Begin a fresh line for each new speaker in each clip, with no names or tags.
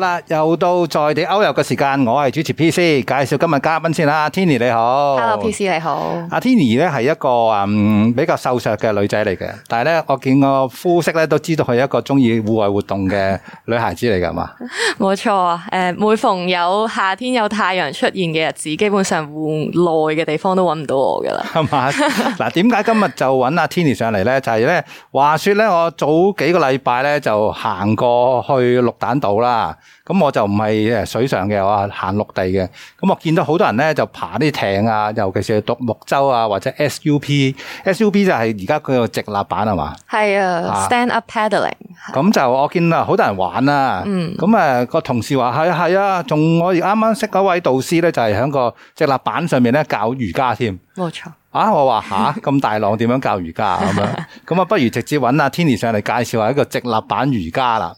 啦，又到在地歐遊嘅時間，我係主持 P C，介紹今日嘉賓先啦，Tinny 你好
Hello，PC 你好。
阿 Tinny 咧係一個嗯比較瘦削嘅女仔嚟嘅，但係咧我見個膚色咧都知道佢係一個中意戶外活動嘅女孩子嚟㗎嘛。
冇錯啊，誒，每逢有夏天有太陽出現嘅日子，基本上戶內嘅地方都揾唔到我噶啦。
係嘛？嗱，點解今日就揾阿 Tinny 上嚟咧？就係、呢，咧，話說咧，我早幾個禮拜咧就行過去綠蛋島啦。咁我就唔係誒水上嘅，我係行陸地嘅。咁我見到好多人咧就爬啲艇啊，尤其是獨木舟啊，或者 SUP。SUP 就係而家佢個直立板係嘛？
係
啊
啊，stand up paddling。
咁就我見啊，好多人玩啦。咁啊，個同事話係啊係啊，仲我啱啱識嗰位導師咧，就係喺個直立板上面咧教瑜伽添。
冇錯，
啊！我話吓咁大浪點樣教瑜伽啊咁樣？咁啊，不如直接揾阿 Tinny 上嚟介紹下一個直立板瑜伽啦。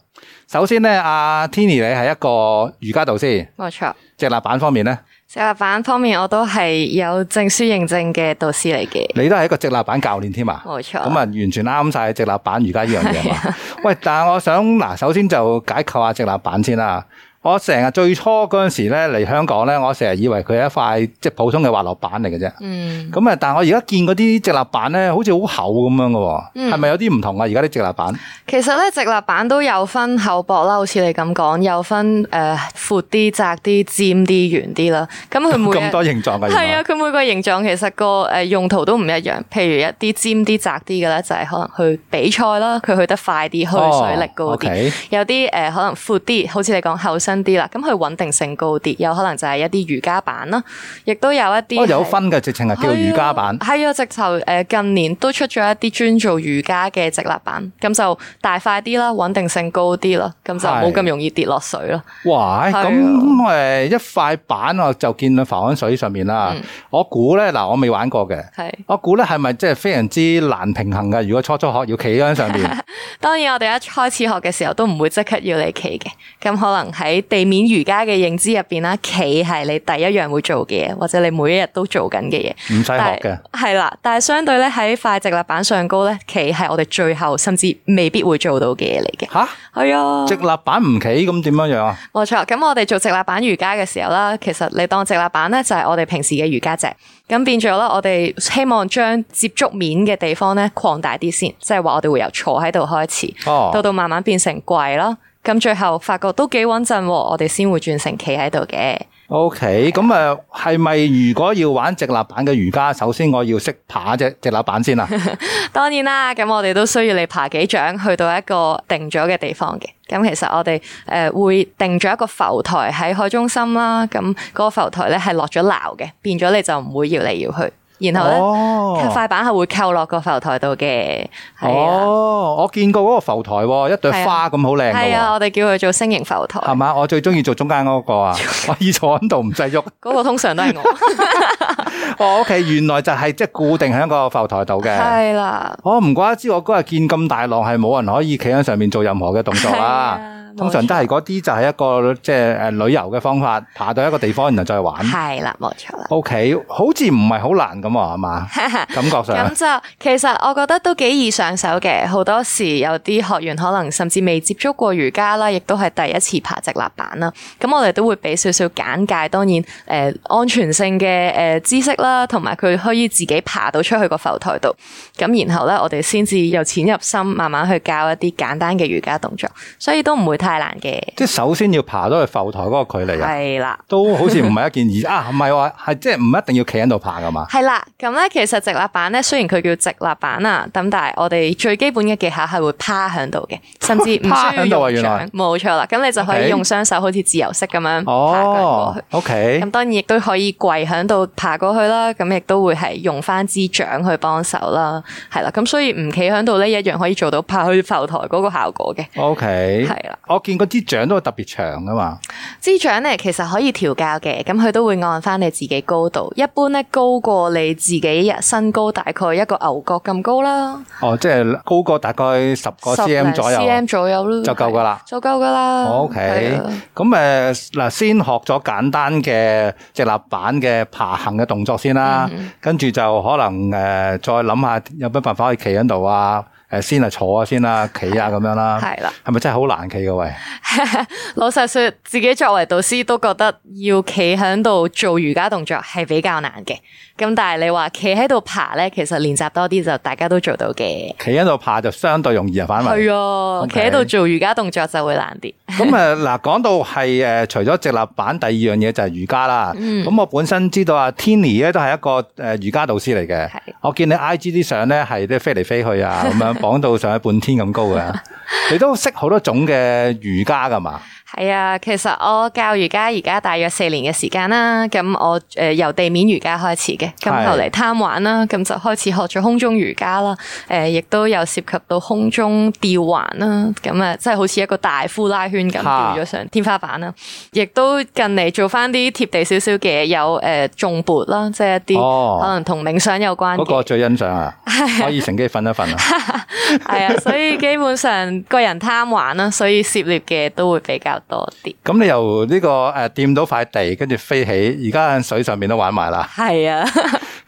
首先咧，阿 Tinny 你係一個瑜伽導師，
冇錯。
直立板方面咧，
食立板方面，我都係有證書認證嘅導師嚟嘅。
你都係一個直立板教練添啊。
冇錯
咁啊，完全啱晒直立板瑜伽呢樣嘢嘛。喂，但係我想嗱，首先就解構下直立板先啦。我成日最初嗰陣時咧嚟香港咧，我成日以為佢係一塊即係普通嘅滑落板嚟嘅啫。
嗯，
咁啊，但係我而家見嗰啲直立板咧，好似好厚咁樣嘅喎，係咪有啲唔同啊？而家啲直立板？
其實咧直立板都有分厚薄啦，好似你咁講，有分誒、呃、闊啲、窄啲、尖啲、圓啲啦。咁佢每
咁
一
多形狀嘅，
係
原
啊，
來
佢每個形狀其實個誒、呃用途都唔一樣。譬如一啲尖啲、窄啲嘅咧，就係、可能去比賽啦，佢去得快啲，去水力高
哦
啲。
，OK
有啲誒、呃可能闊啲，好似你講厚身啲啦，咁佢穩定性高啲。有可能就係一啲瑜伽板啦，亦都有一啲
哦有
係
分嘅，直情係叫瑜伽版。
係啊，直頭誒近年都出咗一啲專做瑜伽嘅直立板，咁就大塊啲啦，穩定性高啲啦，咁就
係
冇咁容易跌落水啦。
哇！哎
係啊
咁誒一塊板我就見到浮喺水上面啦。
嗯
我估咧嗱，我未玩過嘅，
係，
我估咧係咪即係非常之難平衡嘅？如果初初學要企喺上 面，
當然我哋一開始學嘅時候都唔會即刻要你企嘅，咁可能喺地面瑜伽嘅認知入邊啦，企係你第一樣會做嘅嘢，或者你每一日都做緊嘅嘢。
唔使學
但
嘅
係。係啦，但係相對咧喺塊直立板上高咧，企係我哋最後甚至未必會做到嘅嘢嚟嘅。
吓，
係啊，
直立板唔企咁點樣樣 啊？
冇錯，咁我哋做直立板瑜伽嘅時候啦，其實你當直立板咧就係我哋平時嘅瑜伽席，咁變咗啦，我哋希望將接觸面嘅地方咧擴大啲先，即係話我哋會由坐喺度開始，
哦
到到慢慢變成跪啦，咁最後發覺都幾穩陣喎，我哋先會轉成企喺度嘅。
OK，咁誒係咪如果要玩直立板嘅瑜伽，首先我要識爬隻直立板 先啊？
當然啦，咁我哋都需要你爬幾掌去到一個定咗嘅地方嘅。咁其實我哋誒、呃、會定咗一個浮台喺海中心啦。咁嗰個浮台咧係落咗鬧嘅，變咗你就唔會搖嚟搖去。然後咧，
哦
塊板係會扣落個浮台度嘅。係啊，
哦，我見過嗰個浮台喎，一朵花咁好靚嘅
係啊，
喎，
我哋叫佢做星形浮台。
係嘛？我最中意做中間嗰個啊， 可以坐喺度唔使喐。
嗰個通常都係 我。
哦，OK，原來就係即係固定喺個浮台度嘅。
係啦，
我唔怪得知我嗰日見咁大浪，係冇人可以企喺上面做任何嘅動作啦
係啊。冇
通常都係嗰啲就係一個即係誒旅遊嘅方法，爬到一個地方然後再 玩。
係啦，冇錯啦。
OK，好似唔係好難咁啊，係 嘛？感覺上
咁。就其實我覺得都幾易上手嘅，好多時有啲學員可能甚至未接觸過瑜伽啦，亦都係第一次爬直立板啦。咁我哋都會俾少少簡介，當然誒、呃安全性嘅誒、呃知識啦，同埋佢可以自己爬到出去個浮台度。咁然後咧，我哋先至由淺入深，慢慢去教一啲簡單嘅瑜伽動作，所以都唔會太難嘅。
即係首先要爬到去浮台嗰個距離啊。
係啦。
都好似唔係一件 易啊，唔係話係即係唔一定要企喺度爬噶嘛。
係啦，咁咧其實直立板咧，雖然佢叫直立板啊，咁但係我哋最基本嘅技巧係會趴喺度嘅，甚至唔
趴
需
喺度啊
要
原
用
來
掌，冇錯啦。咁你就可
OK
以用雙手好似自由式咁樣爬過
哦
去。
，OK，
咁當然亦都可以跪喺度爬過去啦，咁亦都會係用翻支掌去幫手啦，係啦。咁所以唔企喺度咧，一樣可以做到爬去浮台嗰個效果嘅。
，OK，
係啦。
我見嗰支掌都特別長噶嘛，
支掌咧其實可以調校嘅，咁佢都會按翻你自己高度，一般咧高過你自己身高大概一個牛角咁高啦。
哦，即係高過大概十個 cm 左右。
cm 左右咯，
就夠㗎啦哦
係，就夠噶啦。
OK，
係啊
咁誒嗱，先學咗簡單嘅直立板嘅爬行嘅
嗯
呃動作先啦，跟住就可能誒再諗下有乜辦法可以企喺度啊，诶先係坐啊先啦，企啊咁樣啦，
係啦，
係咪真係好難企嘅喂？
老實說，自己作為導師都覺得要企喺度做瑜伽動作係比較難嘅。咁但係你話企喺度爬咧，其實練習多啲就大家都做到嘅。
企喺度爬就相對容易啊，反為。
係啊，
OK
企喺度做瑜伽動作就會難啲。
咁誒嗱，講到係誒，呃除咗直立板，第二樣嘢就係瑜伽啦。咁、我本身知道啊 Tini 咧都係一個誒瑜伽導師嚟嘅
係。
我見你 IG 啲相咧係都飛嚟飛去啊，咁樣綁到上去半天咁高嘅。你都識好多種嘅瑜伽噶嘛？
係啊，其實我教瑜伽而家大約四年嘅時間啦，咁我誒、呃由地面瑜伽開始嘅，咁
係
後嚟貪玩啦，咁就開始學咗空中瑜伽啦，誒、呃亦都有涉及到空中吊環啦，咁啊，即係好似一個大呼拉圈
嚇
咁吊咗上天花板啦，亦都近嚟做翻啲貼地少少嘅，有誒、呃、重撥啦，即係一啲、
哦
可能同冥想有關
嗰、
嘅
個最欣賞啊，可以乘機瞓一瞓啊。
係啊，所以基本上個人貪玩啦，所以涉獵嘅都會比較多啲。
咁你由呢、個誒掂到塊地，跟住飛起，而家喺水上面都玩埋啦。
係啊。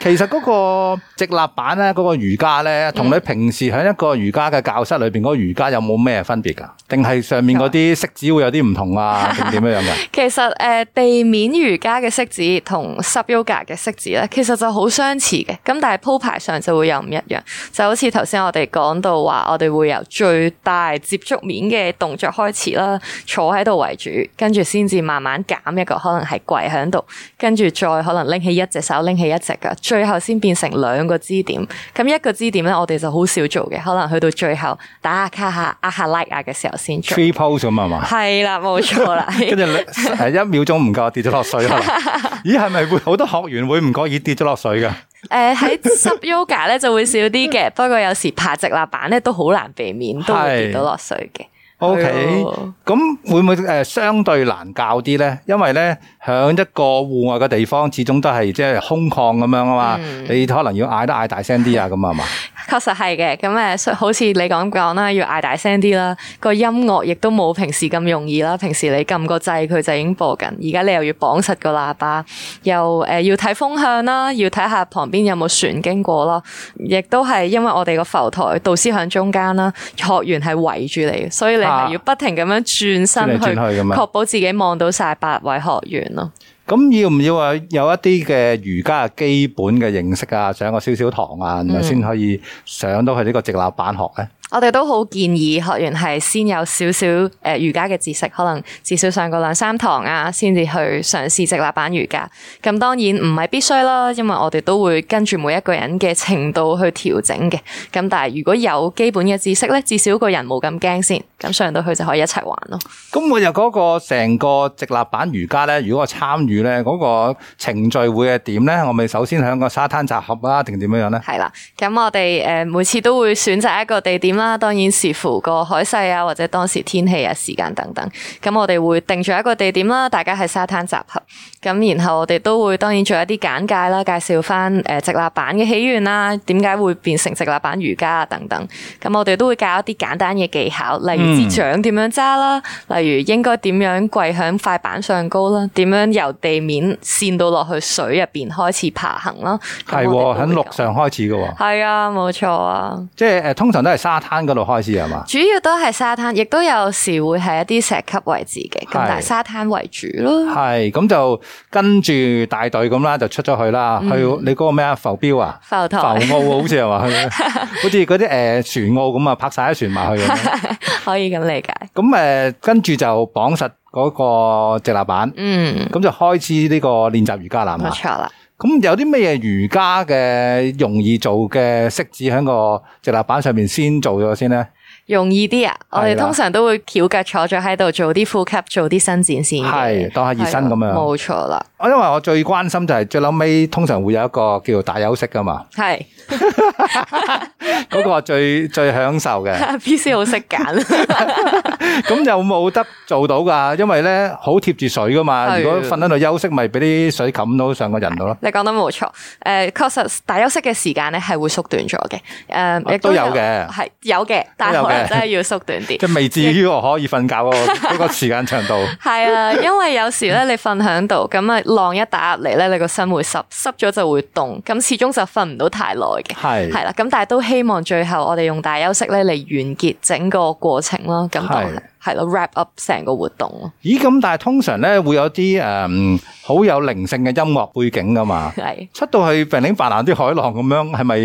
其實嗰個直立板咧，嗰、個瑜伽咧，同你平時喺一個瑜伽嘅教室裏边嗰個瑜伽有冇咩分別㗎？定係上面嗰啲色子會有啲唔同啊？定點樣樣㗎？
其實誒、呃地面瑜伽嘅式子同 sub yoga 嘅式子咧，其實就好相似嘅，咁但係鋪排上就會有唔一樣。就好似頭先我哋講到話，我哋會由最大接觸面嘅動作開始啦，坐喺度為主，跟住先至慢慢減一個可能係跪喺度，跟住再可能拎起一隻手，拎起一隻腳，最後先變成兩個支點。咁一個支點咧，我哋就好少做嘅，可能去到最後打下卡下、壓下 like 啊嘅時候 先做。
Tree pose 咁啊嘛，
係啦，冇錯啦。
跟住诶一秒鐘唔夠跌咗落水可能咦，係咪會好多學員會唔覺意跌咗落水㗎？
誒呃喺 sub yoga 咧就會少啲嘅，不過有時爬直立板咧都好難避免，都會跌到落水嘅。
O K，
係咯
咁會唔會誒相對難教啲咧？因為咧，響一個戶外嘅地方，始終都係即係空曠咁樣啊嘛，你可能要嗌得嗌大聲啲啊，咁啊嘛。
確實係嘅，咁誒，所以好似你咁講啦，要嗌大聲啲啦，個音樂亦都冇平時咁容易啦。平時你撳個掣佢就已經播緊，而家你又要綁實個喇叭，又誒、呃要睇風向啦，要睇下旁邊有冇船經過咯。亦都係因為我哋個浮台導師喺中間啦，學員係圍住你嘅，所以你
啊
係要不停咁樣轉身
轉嚟轉去咁樣
確保自己望到晒八位學員咯。
咁要唔要啊？有一啲嘅瑜伽嘅基本嘅認識啊，上個少少堂啊，
嗯
然後先可以上到去呢個直立板學咧。
我哋都好建議學員係先有少少誒瑜伽嘅知識，可能至少上過兩三堂啊，先至去嘗試直立板瑜伽。咁當然唔係必須啦，因為我哋都會跟住每一個人嘅程度去調整嘅。咁但係如果有基本嘅知識咧，至少個人冇咁驚先，咁上到去就可以一齊玩咯。
咁我又嗰個成個直立板瑜伽咧，如果我參與咧，嗰、個程序會係點咧？我咪首先喺個沙灘集合啊，定點樣樣咧？
係啦，咁我哋誒、呃每次都會選擇一個地點啦，當然視乎個海勢啊，或者當時天氣啊、時間等等。咁我哋會定住一個地點啦，大家喺沙灘集合。咁然後我哋都會當然做一啲簡介啦，介紹翻誒直立板嘅起源啦，點解會變成直立板瑜伽啊等等。咁我哋都會教一啲簡單嘅技巧，例
嗯
如支掌點樣揸啦，例如應該點樣跪響塊板上高啦，點樣由地面跣到落去水入邊開始爬行啦。咁
係
我
喎，
哋都
喺
會
陸
講
上開始嘅喎，
係啊，冇錯啊，
即係誒通常都係沙灘嗰度開始係嘛？
主要都係沙灘，亦都有時會係一啲石級位置嘅，咁
係
但係沙灘為主咯。
係咁就跟住大隊咁啦，就出咗去啦。去
嗯
你嗰個咩啊浮標啊？
浮
浮澳
台
好似係嘛？ 好似嗰啲誒船澳咁啊，拍晒啲船埋去咁樣。
可以咁理解，
咁誒，呃跟住就綁實嗰個直立板，
嗯，
咁就開始呢個練習瑜伽啦係嘛
冇。錯啦。
咁有啲咩嘢瑜伽嘅容易做嘅式子喺個直立板上面先做咗先咧？
容易啲啊！我
係
哋
啦
通常都會翹腳坐咗喺度做啲呼吸，做啲伸展先嘅
係，當下熱身咁
係
樣。
啊冇錯啦，
我因為我最關心就係最嬲尾通常會有一個叫做大休息噶嘛，
係
嗰個最最享受嘅。
P C 好識揀，
咁有冇得做到㗎？因為咧好貼住水㗎嘛，
係
如果瞓喺度休息，咪俾啲水冚到上個人度咯。
你講得冇錯。誒，確實大休息嘅時間咧係會縮短咗嘅。誒，亦
啊都有嘅
係有嘅，但
都有嘅
能真係要縮短啲
即。係未至於我可以瞓覺嗰 個嗰個時間長度。
系啊，因為有時咧你瞓喺度，咁啊浪一打入嚟咧，你個身會濕，濕咗就會凍，咁始終就瞓唔到太耐嘅。
係
係啦，咁但係都希望最後我哋用大休息咧嚟完結整個過程咯，咁當
係
係咯 wrap up 成個活動咯，
咦咁，但係通常咧會有啲誒嗯好有靈性嘅音樂背景噶嘛。
係。
出到去並領白蘭啲海浪咁樣，係咪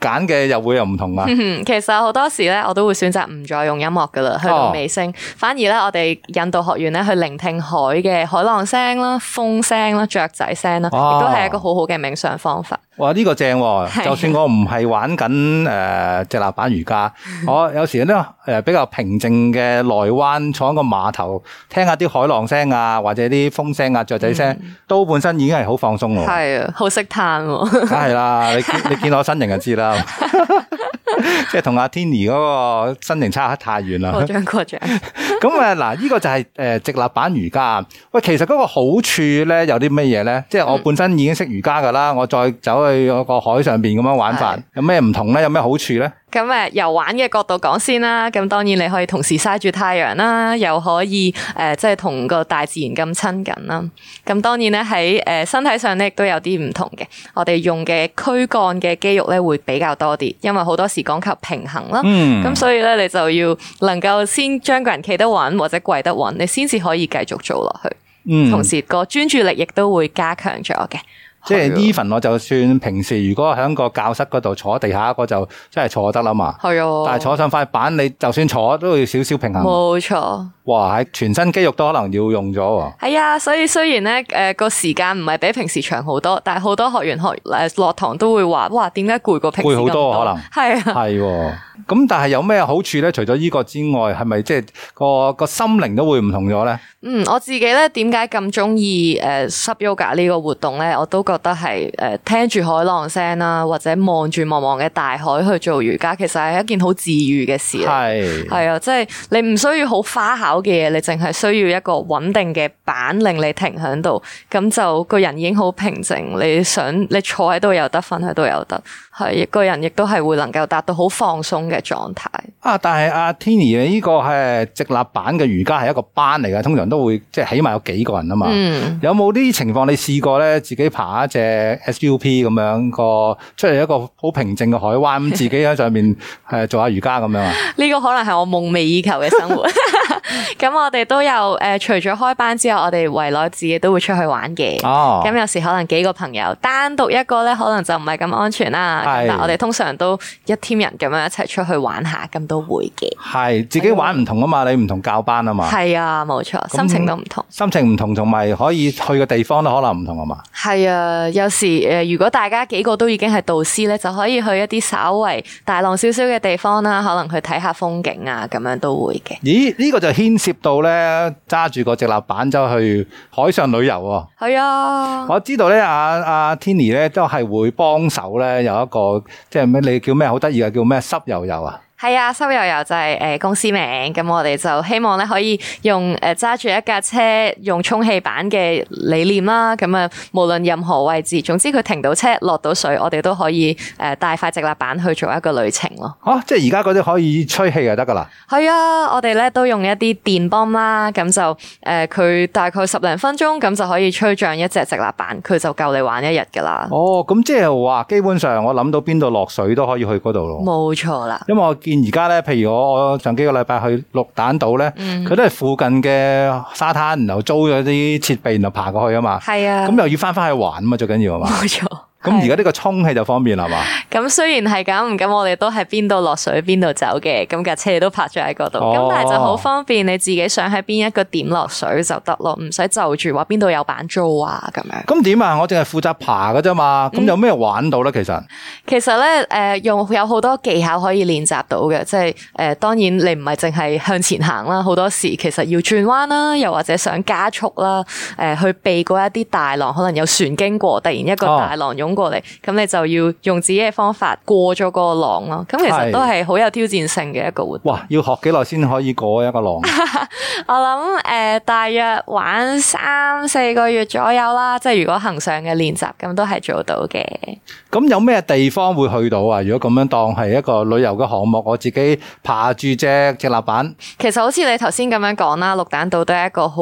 揀嘅又會又唔同啊？
嗯，其實好多時咧，我都會選擇唔再用音樂噶
哦
啦，去到尾聲，反而咧我哋引導學員咧去聆聽海嘅海浪聲啦、風聲啦、雀仔聲啦，亦
哇
都係一個好好嘅冥想方法。
哇！呢、個正喎、
係
就算我唔係玩緊誒隻立板瑜伽，
嗯
我有時咧誒、呃比較平靜嘅內灣，坐喺個碼頭，聽下啲海浪聲啊，或者啲風聲啊、雀仔聲，
嗯
都本身已經係好放鬆喎。
係啊，好識嘆喎。
梗係啦，你見 你見我身形就知啦，即係同阿 Tini 嗰個身形差得太遠啦。
過獎過獎，
咁誒嗱，呢個就係誒直立板瑜伽。喂，其實嗰個好處咧有啲乜嘢咧？即係
嗯
我本身已經識瑜伽噶啦，我再走去嗰個海上邊咁樣玩法
係，
有咩唔同咧？有咩好處咧？
咁誒由玩嘅角度講先啦，咁當然你可以同時曬住太陽啦，又可以誒、呃即係同個大自然咁親近啦。咁當然咧喺誒身體上咧亦都有啲唔同嘅，我哋用嘅軀幹嘅肌肉咧會比較多啲，因為好多時講求平衡啦。
嗯
咁、所以咧，你就要能夠先將個人企得穩或者跪得穩，你先至可以繼續做落去。同
嗯，
時個專注力亦都會加強咗嘅。
即係
係啊
even 我就算平時如果喺個教室嗰度坐地下，我就真係坐得啦嘛。
係啊，
但係坐上塊板，你就算坐都要少少平衡。
冇錯。
哇！喺全身肌肉都可能要用咗喎。
係啊，所以雖然咧，诶、個時間唔係比平時長好多，但係好多學員學诶落堂都會話：，哇，點解攰過平時
攰好多可能
能系 啊，
係喎，咁但係有咩好處咧？除咗呢個之外，係咪即係個個心靈都會唔同咗咧？
嗯，我自己咧點解咁中意诶 sub yoga 呢個活動咧？我都覺得係诶、呃、听住海浪聲啦，或者望住茫茫嘅大海去做瑜伽，其實係一件好治愈嘅事嚟嘅。
係
系啊，即係你唔需要好花巧嘅嘢，你淨係需要一個穩定嘅板令你停喺度，咁就個人已經好平靜。你想你坐喺度又得，瞓喺度又得，係個人亦都係會能夠達到好放鬆嘅狀態。
啊！但係阿 Tini 呢個係直立板嘅瑜伽係一個班嚟㗎，通常都會即係起碼有幾個人啊嘛。
嗯，
有冇啲情況你試過咧？自己爬一隻 SUP 咁樣個出嚟一個好平靜嘅海灣，咁自己喺上 面誒做下瑜伽咁樣啊？
呢個可能係我夢寐以求嘅生活。咁我哋都有誒、呃除咗開班之外，我哋圍內自己都會出去玩嘅。
哦，
咁有時可能幾個朋友單獨一個咧，可能就唔係咁安全啦。
係
咁但我哋通常都一 team 人咁樣一齊出去玩下，咁都會嘅。
係自己玩唔同啊嘛，你唔同教班啊嘛，
係啊，冇錯，
咁
心情都唔同。
心情唔同，同埋可以去嘅地方都可能唔同啊嘛。
係啊，有時诶、呃如果大家幾個都已經係導師咧，就可以去一啲稍為大浪少少嘅地方啦，可能去睇下風景啊，咁樣都會嘅。
咦？呢、個就牽涉到咧揸住個直立板走去海上旅遊喎、
係啊，
我知道咧，阿阿 Tini 咧都係會幫手咧，有一個即係咩？你叫咩好得意啊？叫咩濕油油啊？
係啊，收油油就係呃公司名，咁我哋就希望咧可以用诶揸住一架車用充氣板嘅理念啦，咁啊無論任何位置，總之佢停到車落到水，我哋都可以诶帶塊直立板去做一個旅程咯。
哦、即係而家嗰啲可以吹氣就得噶啦。
係啊，我哋咧都用一啲電泵啦，咁就誒佢、大概十零分鐘咁就可以吹脹一隻直立板，佢就夠你玩一日噶啦，
哦，咁即係話基本上我諗到邊度落水都可以去嗰度咯。
冇錯啦。
因為我見而家咧，譬如我我上幾個禮拜去綠蛋島咧，佢、
嗯
都係附近嘅沙灘，然後租咗啲設備，然後爬過去啊嘛。
係啊，
咁又要翻翻去玩啊嘛，最緊要啊嘛。
冇錯。
咁而
係
家
啊
呢個充氣就方便啦 嘛。
咁雖然係咁，咁我哋都係邊度落水邊度走嘅，咁架車都泊咗喺嗰度，咁、
哦
但係就好方便，你自己想喺邊一個點落水就得咯，唔使就住話邊度有板租啊咁樣。
咁點啊？我淨係負責爬嘅啫嘛。
嗯
咁有咩玩到咧？其實？
其實咧，誒、用有好多技巧可以練習到嘅，即係誒、當然你唔係淨係向前行啦，好多時其實要轉彎啦，又或者想加速啦，誒、去避過一啲大浪，可能有船經過，突然一個
哦
大浪湧湧過嚟，咁你就要用自己嘅方法過咗個浪咯。咁其
係
實都係好有挑戰性嘅一個活動。
哇！要學幾耐先可以過一個浪？啊
我諗诶、呃大約玩三四個月左右啦，即係如果恒常嘅練習，咁都係做到嘅。
咁有咩地方會去到啊？如果咁樣當係一個旅遊嘅項目，我自己爬住只只立板，
其實好似你頭先咁樣講啦，綠蛋島都係一個好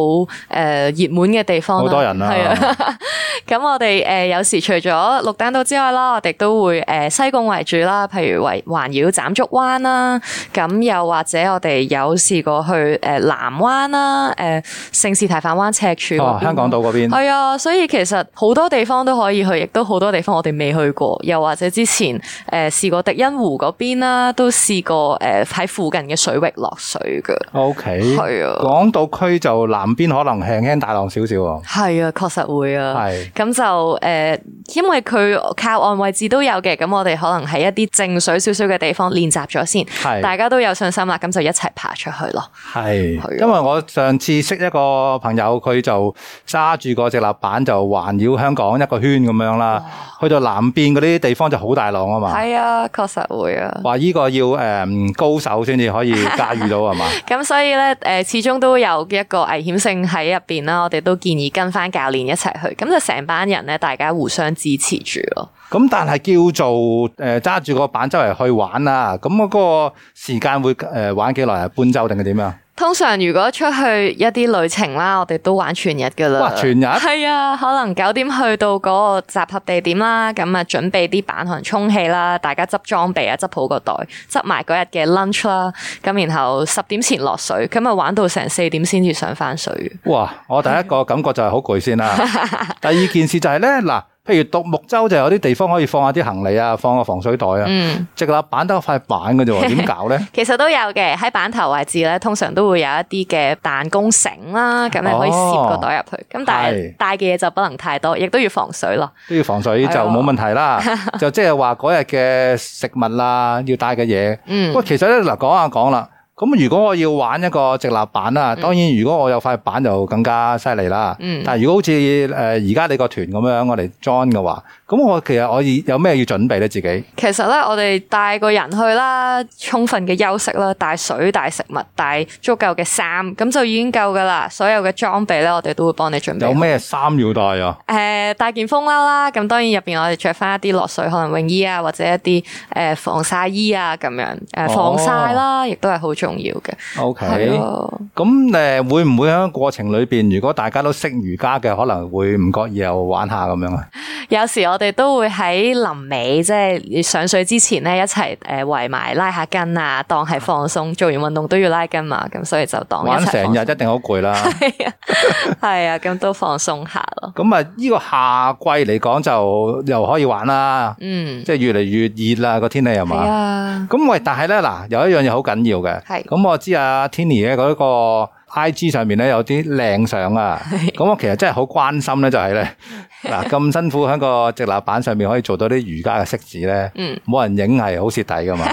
诶热门嘅地方啦，
好多人啦
係啊。 咁我哋诶、呃有時除咗綠蛋島之外啦，我哋都會诶、呃西貢為主啦，譬如圍環繞斬竹灣啦，咁又或者我哋有試過去诶、呃南灣啦，诶、聖士提反灣赤柱嗰
哦
邊，
香港島嗰邊。
系啊，所以其實好多地方都可以去，亦都好多地方我哋未去過，又或者之前诶试、試過迪欣湖嗰邊啦，都試過诶喺、附近嘅水域落水噶。
O K，
係啊
港島區就南邊可能輕輕大浪少少喎。
係啊，確實會啊。
係
咁就诶、呃因為佢靠岸位置都有嘅，咁我哋可能喺一啲靜水少少嘅地方練習咗先，大
係
家都有信心啦，咁就一齊爬出去咯。係啊
係，因為我上次識一個朋友，佢就揸住個直立板就環繞香港一個圈咁樣啦，
哦
去到南邊嗰啲地方就好大浪啊嘛。
係啊，確實會啊。
話呢個要诶、嗯高手先至可以駕馭到係嘛？
咁所以咧，誒、始終都有一個危險性喺入邊啦。我哋都建議跟翻教練一齊去，咁就成班人咧，大家互相支持住咯。
咁但係叫做诶揸住個板周圍去玩啦，咁嗰個時間會诶、呃玩幾耐啊？半周定係點樣？
通常如果出去一啲旅程啦，我哋都玩全日噶啦。
哇全日
係啊，可能九點去到嗰個集合地點啦，咁啊準備啲板可能充氣啦，大家執裝備啊，執好個袋，執埋嗰日嘅 lunch 啦，咁然後十點前落水，咁啊玩到成四點先至上翻水。
哇！我第一個感覺就係好攰先啦。第二件事就係咧，嗱，譬如獨木舟就有啲地方可以放下啲行李啊，放個防水袋啊。
嗯。
直立板得塊板嘅啫喎，點搞咧？
其實都有嘅，喺板頭位置咧，通常都會有一啲嘅彈弓繩啦，咁你可以攝個袋入去。咁、但
哦
係
係
帶嘅嘢就不能太多，亦都要防水咯。
都要防水就冇問題啦。就即係話嗰日嘅食物啦，要帶嘅嘢。
嗯
喂，其實咧嗱，講下講啦。咁如果我要玩一個直立板啦，當然如果我有塊板就更加犀利啦。
嗯
但係如果好似誒而家你個團咁樣，我嚟 join 嘅話，咁我其實我以有咩要準備咧？自己
其實咧，我哋帶個人去啦，充分嘅休息啦，帶水、帶食物、帶足夠嘅衫，咁就已經夠噶啦。所有嘅裝備咧，我哋都會幫你準備好。
有咩衫要帶啊？
誒、帶件風褸啦，咁當然入邊我哋着翻一啲落水可能泳衣啊，或者一啲誒、防曬衣啊咁樣，誒、
哦
防曬啦，亦都係好重要嘅。
O K，
係咯。
咁诶會唔會喺過程裏边，如果大家都識瑜伽嘅，可能會唔覺意又玩下咁樣啊？
有時我哋都會喺臨尾，即係上水之前咧，一齊誒圍埋拉下筋啊，當係放鬆。做完運動都要拉筋嘛，咁所以就當一齊
玩成
放
日
鬆
一定好攰啦。
係啊，係啊，咁都放鬆下咯。
咁啊，呢個夏季嚟講就又可以玩啦，
嗯，
即係越嚟越熱啦個天氣係
係
嘛？
啊，
咁喂，但係咧嗱，有一樣嘢好緊要嘅。
係
咁我知啊 Tini 咧嗰個 I G 上面咧有啲靚相啊。咁我其實真係好關心咧，就係咧嗱咁辛苦喺個直立板上面可以做到啲瑜伽嘅式子咧，
嗯
冇人影係好蝕底噶嘛。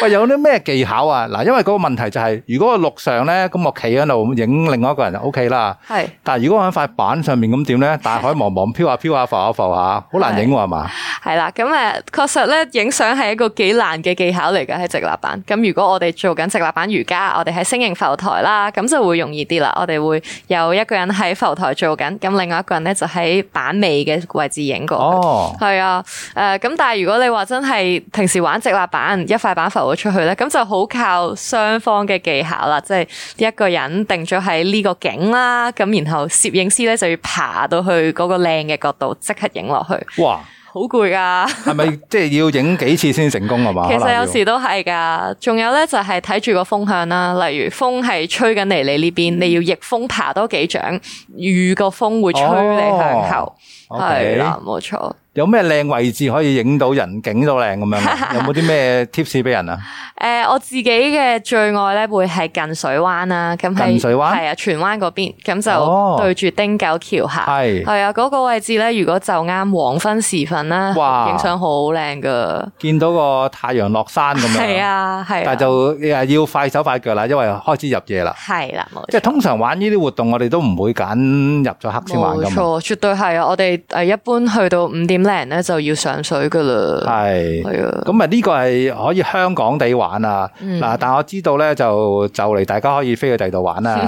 喂，有啲咩技巧啊？嗱，因為嗰個問題就係、如果我陸上咧，咁我企喺度影另外一個人就 O K 啦。
係。
但係如果我喺塊板上面咁點咧？大海茫茫飄下飄下浮下浮下，好難影喎係嘛？
係啦，咁誒確實咧，影相係一個幾難嘅技巧嚟㗎喺直立板。咁如果我哋做緊直立板瑜伽，我哋喺星形浮台啦，咁就會容易啲啦。我哋會有一個人喺浮台做緊，咁另外一個人咧就喺板尾嘅位置影過去。
哦，
係啊，誒、咁但係如果你話真係平時玩直立板一塊板浮咗出去咧，咁就好靠雙方嘅技巧啦，即係一個人定咗喺呢個景啦，咁然後攝影師咧就要爬到去嗰個靚嘅角度即刻影落去，
哇！
好攰㗎。
係咪即係要影幾次先成功係嘛？
其
可能
實
要
有時都係㗎，仲有咧就係睇住個風向啦。例如風係吹緊嚟你呢邊，你要逆風爬多幾掌，預個風會吹你向後，
哦
係
OK
啦，冇錯。
有咩靚位置可以影到人景到靚咁樣啊？有冇啲咩 tips 俾人啊？
诶、我自己嘅最愛咧會係近水灣啦，咁係
近水灣
係啊，荃灣嗰邊，咁
哦
就對住汀九橋下，
係
係啊，嗰、個位置咧，如果就啱黃昏時分啦，
哇
影相好靚㗎，
見到個太陽落山咁樣，
係，啊，係啊，
但係就誒要快手快腳啦，因為開始入夜啦。
係啦，冇
即係通常玩呢啲活動，我哋都唔會揀入咗黑先玩
冇
㗎嘛。
錯，絕對係啊！我哋誒一般去到五點點零咧就要上水噶啦，
係。
係啊，
咁啊，呢個係可以香港地玩啊！嗱、但我知道咧，就就嚟大家可以飛去第二度 玩啦、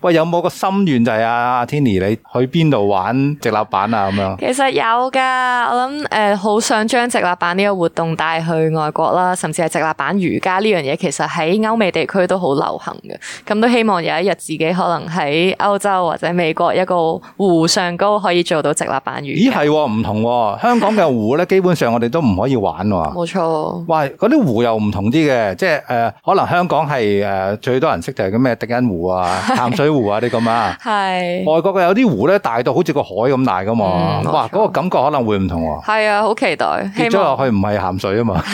喂，有冇個心願就係啊阿 Tini，你去邊度玩直立板啊？咁樣
其實有噶，我諗诶，好、想將直立板呢個活動帶去外國啦，甚至係直立板瑜伽呢樣嘢，其實喺歐美地區都好流行嘅。咁都希望有一日自己可能喺歐洲或者美國一個湖上高可以做到直立板瑜
咦
伽。
係喎唔同喎、香港嘅湖咧，基本上我哋都唔可以玩喎、
冇錯，
喂，嗰啲湖又唔同啲嘅，即係诶、呃可能香港係诶、呃最多人識就係咁咩迪欣湖 啊、淡水湖啊啲咁啊。
係
外國嘅有啲湖咧，大到好似個海咁大噶嘛，
嗯冇
哇！
錯
嗰、個感覺可能會唔同喎，
係啊，好期待，
跌
希
咗落
望
去唔係鹹水啊嘛。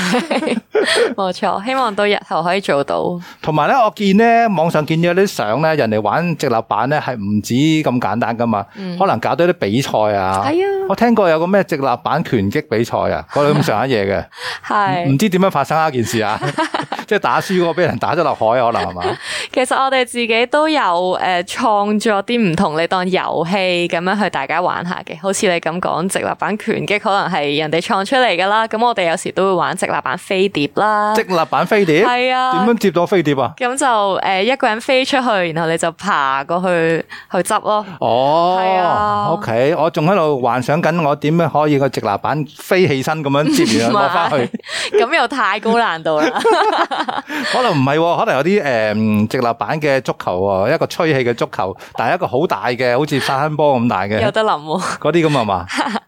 冇錯，希望到日後可以做到。
同埋咧，我見咧網上見咗啲相咧，人哋玩直立板咧係唔止咁簡單噶嘛，可能搞到啲比賽啊。
嗯係啊
我聽過有個咩直立板拳擊比賽啊，嗰類咁上下嘢嘅，
係。
唔唔知點樣發生啊件事 啊，即係打輸嗰個俾人打咗落海啊可能係嘛？
其實我哋自己都有誒、呃、創作啲唔同，你當遊戲咁樣去大家玩下嘅。好似你咁講直立板拳擊，可能係人哋創出嚟噶啦。咁我哋有時都會玩直立板飛碟啦
直。立板飛碟
啊係啊
點樣接到飛碟啊？
咁就誒、呃一個人飛出去，然後你就爬過去去執咯。係啊
哦，OK，我仲喺度幻想緊我點樣可以個直立板飛起身咁樣接完
唔係
攞翻去。
啊咁又太高難度 啦。
可能唔係喎，可能有啲诶、嗯直立板嘅足球啊喎，一個吹氣嘅足球，但係一個好大嘅，好似沙灘波咁大嘅
有得諗喎，
嗰啲咁啊 嘛。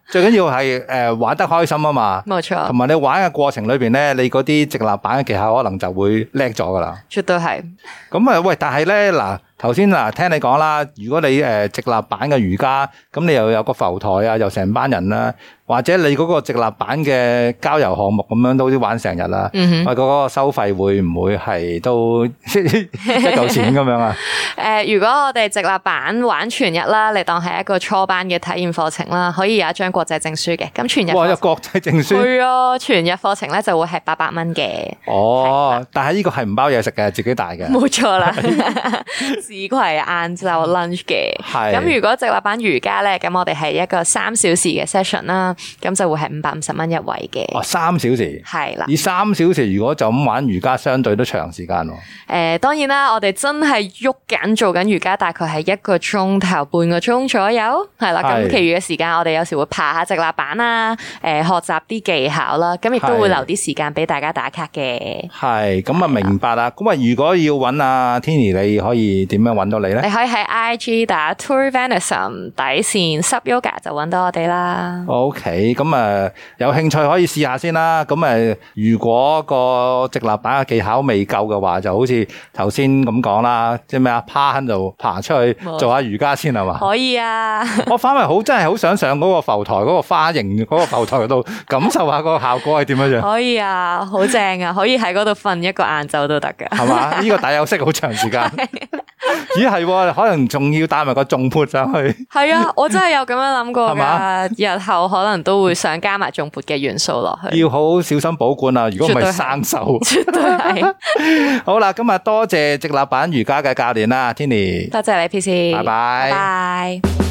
最緊要係诶玩得開心啊嘛，
冇
同
錯，
埋你玩嘅過程裏边咧，你嗰啲直立板嘅技巧可能就會叻咗噶啦。
絕對係。
咁啊喂，但係咧嗱，頭先嗱聽你講啦，如果你诶、呃直立板嘅瑜伽，咁你又有個浮台啊，又成班人啦，或者你嗰個直立板嘅郊遊項目咁樣都玩成日啦。
嗯哼。
喂，嗰個收費會唔會係都 一嚿錢咁樣 啊？
誒、呃如果我哋直立板玩全日啦，你當係一個初班嘅體驗課程啦，可以有一張國際證書嘅。咁全日
哇！
課
有國際 證書
係啊，全日課程咧就會係八百蚊嘅，
哦，但係呢個係唔包嘢食嘅，自己帶嘅。
冇錯啦。 只攜晏晝 lunch 嘅。
係
咁如果直立板瑜伽咧，咁我哋係一個三小時嘅 session 啦，咁就會係五百五十蚊一位嘅。
哦，三小時，
係啦，
以三小時如果就咁玩瑜伽，相對都長時間喎。
誒、當然啦，我哋真係喐緊做緊瑜伽，大概係一個鐘頭半個鐘左右，係啦。
係
咁其餘嘅時間，我哋有時會爬下直立板啊啦，誒、學習啲技巧啦，咁亦都會
係
留啲時間俾大家打卡嘅。
係，咁啊明白啦。咁啊，如果要揾阿 Tini，你可以點樣揾到你咧
你？可以喺 IG 打 Tour Venism 底線 Sub Yoga 就揾到我哋啦。
O K，咁啊，有興趣可以試下先啦。咁啊，如果個直立板嘅技巧未夠嘅話，就好似頭先咁講啦，即係咩啊，趴喺度爬出去
冇錯
做下瑜伽先係嘛？
可以 啊，
我反為好真係好想上嗰個浮台嗰、個花形嗰、個浮台度，感受下個效果係點 樣樣，
可以啊，好正啊，可以喺嗰度瞓一個晏晝都得㗎。
係嘛？呢、個大休息好長時間。咦係喎，可能仲要帶埋個重潑上去。
係啊，我真係有咁樣諗過
係嘛
㗎，日後可能都會想加埋重撥嘅元素落去。
要好小心保管啊！如果唔
絕
係
對係
生鏽。
絕 對係。
好啦，今日多謝直立板瑜伽嘅教練啦，Tini。啊
多謝你，P C，
拜拜
拜拜。